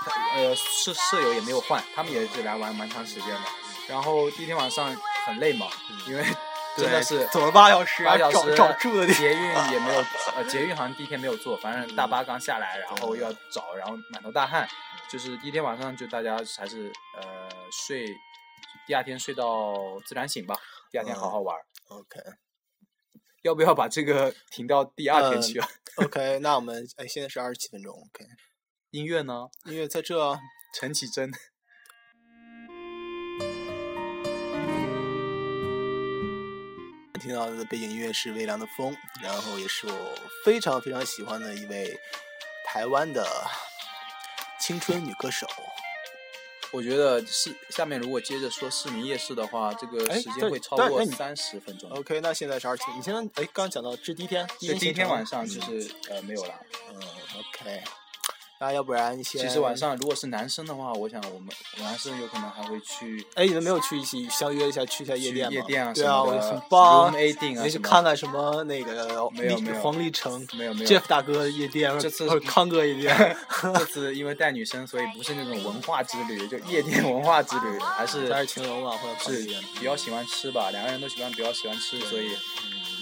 [SPEAKER 3] 呃舍舍友也没有换，他们也是来玩蛮长时间的。然后第一天晚上很累嘛，因为真的是
[SPEAKER 2] 走了八小时，
[SPEAKER 3] 八小
[SPEAKER 2] 找
[SPEAKER 3] 时
[SPEAKER 2] 嗯找住的地方。
[SPEAKER 3] 捷运也没有，呃，捷运好像第一天没有坐，反正大巴刚下来，然后又要找，然后满头大汗，就是第一天晚上就大家还是呃睡，第二天睡到自然醒吧，第二天好好玩。
[SPEAKER 2] 嗯 OK
[SPEAKER 3] 要不要把这个 停到第二天
[SPEAKER 2] 呃
[SPEAKER 3] 去啊？
[SPEAKER 2] OK，那我们哎，现在是二十七分钟。OK，
[SPEAKER 3] 音乐呢？
[SPEAKER 2] 音乐在这。
[SPEAKER 3] 陈绮贞。
[SPEAKER 2] 听到的背景音乐是微凉的风，然后也是我非常非常喜欢的一位台湾的青春女歌手。
[SPEAKER 3] 我觉得是下面如果接着说市民夜市的话，这个
[SPEAKER 2] 哎
[SPEAKER 3] 时
[SPEAKER 2] 对
[SPEAKER 3] 间会超
[SPEAKER 2] 但
[SPEAKER 3] 过
[SPEAKER 2] 那你哦
[SPEAKER 3] 三十分钟。
[SPEAKER 2] OK，那现在是二十七。你现在哎，刚刚讲到这第一天，
[SPEAKER 3] 对，第
[SPEAKER 2] 行
[SPEAKER 3] 一天
[SPEAKER 2] 程
[SPEAKER 3] 晚上就
[SPEAKER 2] 嗯
[SPEAKER 3] 是呃没有了。
[SPEAKER 2] 嗯，OK，那要不然先。
[SPEAKER 3] 其实晚，上如果是男生的话，我想我们男生有可能还会去
[SPEAKER 2] 哎，你们没有去一起相约一下去一下夜
[SPEAKER 3] 去
[SPEAKER 2] 店吗？
[SPEAKER 3] 夜店啊
[SPEAKER 2] 对
[SPEAKER 3] 什
[SPEAKER 2] 啊，
[SPEAKER 3] 么
[SPEAKER 2] 我
[SPEAKER 3] 的
[SPEAKER 2] 很棒。
[SPEAKER 3] ，room dating
[SPEAKER 2] 你
[SPEAKER 3] 啊
[SPEAKER 2] 去
[SPEAKER 3] 什么
[SPEAKER 2] 看看什么那个
[SPEAKER 3] 没有
[SPEAKER 2] 李
[SPEAKER 3] 没有
[SPEAKER 2] 黄立成、
[SPEAKER 3] 没有没有。
[SPEAKER 2] Jeff 大哥的夜店，或者
[SPEAKER 3] 这次
[SPEAKER 2] 或者康哥夜 店，
[SPEAKER 3] 这次因为带女生，所以不是那种文化之旅，就夜店文化之旅，还是
[SPEAKER 2] 还是晴龙啊，或者
[SPEAKER 3] 是
[SPEAKER 2] 是夜店。
[SPEAKER 3] 比较喜欢吃吧，两个人都喜欢比较喜欢吃，所以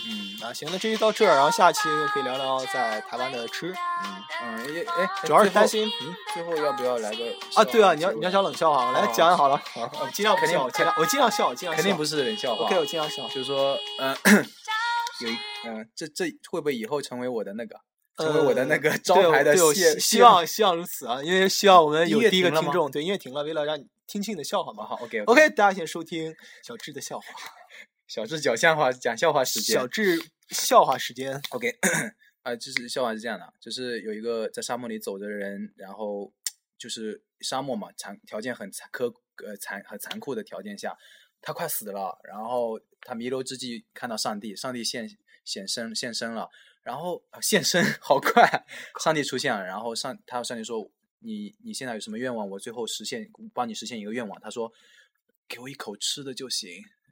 [SPEAKER 3] 嗯
[SPEAKER 2] 啊，行，那这期到这儿，然后下期可以聊聊在台湾的吃。嗯，
[SPEAKER 3] 嗯，也哎，
[SPEAKER 2] 主要是
[SPEAKER 3] 最后
[SPEAKER 2] 担心，嗯
[SPEAKER 3] 最后要不要来个
[SPEAKER 2] 啊，对啊，你要
[SPEAKER 3] 结
[SPEAKER 2] 你
[SPEAKER 3] 尾
[SPEAKER 2] 要讲冷笑话，我来
[SPEAKER 3] 哦
[SPEAKER 2] 讲讲好了，我尽量不
[SPEAKER 3] 肯定
[SPEAKER 2] 笑，我尽量我尽量笑，我尽量
[SPEAKER 3] 肯定
[SPEAKER 2] 笑
[SPEAKER 3] 不是冷笑话。
[SPEAKER 2] OK，我尽量笑。
[SPEAKER 3] 就是说，嗯、有一，嗯、这这会不会以后成为我的那个，成为我的那个招
[SPEAKER 2] 呃对
[SPEAKER 3] 牌的
[SPEAKER 2] 对我
[SPEAKER 3] 谢
[SPEAKER 2] 希希望希望如此啊，因为希望我们有
[SPEAKER 3] 音乐
[SPEAKER 2] 第一个
[SPEAKER 3] 停了
[SPEAKER 2] 听
[SPEAKER 3] 吗
[SPEAKER 2] 众，对音乐停了，为了让你听清你的笑话嘛
[SPEAKER 3] 好。好，OK
[SPEAKER 2] OK，大家先收听小智的笑话，
[SPEAKER 3] 小智讲笑话，讲笑话时间
[SPEAKER 2] 小智笑话时间。
[SPEAKER 3] ，OK，啊， 就是笑话是这样的，就是有一个在沙漠里走着的人，然后就是沙漠嘛，残条件很残苛，呃残很残酷的条件下，他快死了，然后他弥留之际看到上帝，上帝现显身现身了，然后啊现身 好快，上帝出现了，然后上他上帝说你你现在有什么愿望？我最后实现帮你实现一个愿望。他说给我一口吃的就行。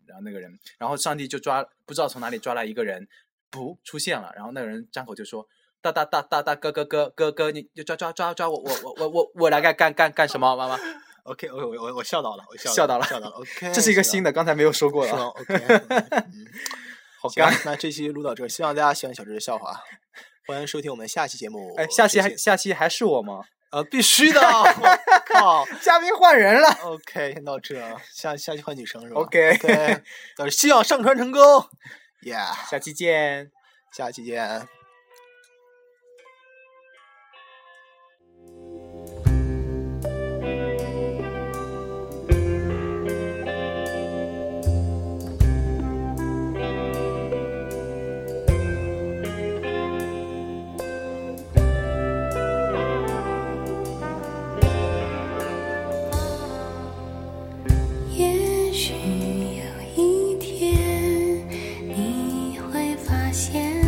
[SPEAKER 3] 然后那个人，然后上帝就抓不知道从哪里抓来一个人，噗出现了，然后那个人张口就说。大大大大大哥哥哥哥哥，你就抓抓抓抓我我我我我我来干干干干什么？妈妈，
[SPEAKER 2] OK，我我我我笑到了，我
[SPEAKER 3] 笑
[SPEAKER 2] 到
[SPEAKER 3] 到了
[SPEAKER 2] 笑到了。OK，
[SPEAKER 3] 这是一个新
[SPEAKER 2] 哎的，
[SPEAKER 3] 的，刚才没有说过
[SPEAKER 2] 是吗
[SPEAKER 3] 了，
[SPEAKER 2] ？OK，嗯
[SPEAKER 3] 好
[SPEAKER 2] 行啊
[SPEAKER 3] 干。，
[SPEAKER 2] 那这期录到这儿，啊希望大家喜欢小智的笑话，欢迎收听我们下期节目。
[SPEAKER 3] 哎，下期
[SPEAKER 2] 谢
[SPEAKER 3] 还
[SPEAKER 2] 谢
[SPEAKER 3] 下期还是我吗？
[SPEAKER 2] 呃，必须的，我靠。
[SPEAKER 5] 嘉宾换人了，
[SPEAKER 2] OK，先到这，下下期换女生是吧
[SPEAKER 5] OK
[SPEAKER 2] 但是希望上传成功，Yeah，
[SPEAKER 5] 下期见。
[SPEAKER 2] 下期见。
[SPEAKER 4] 也许有一天，你会发现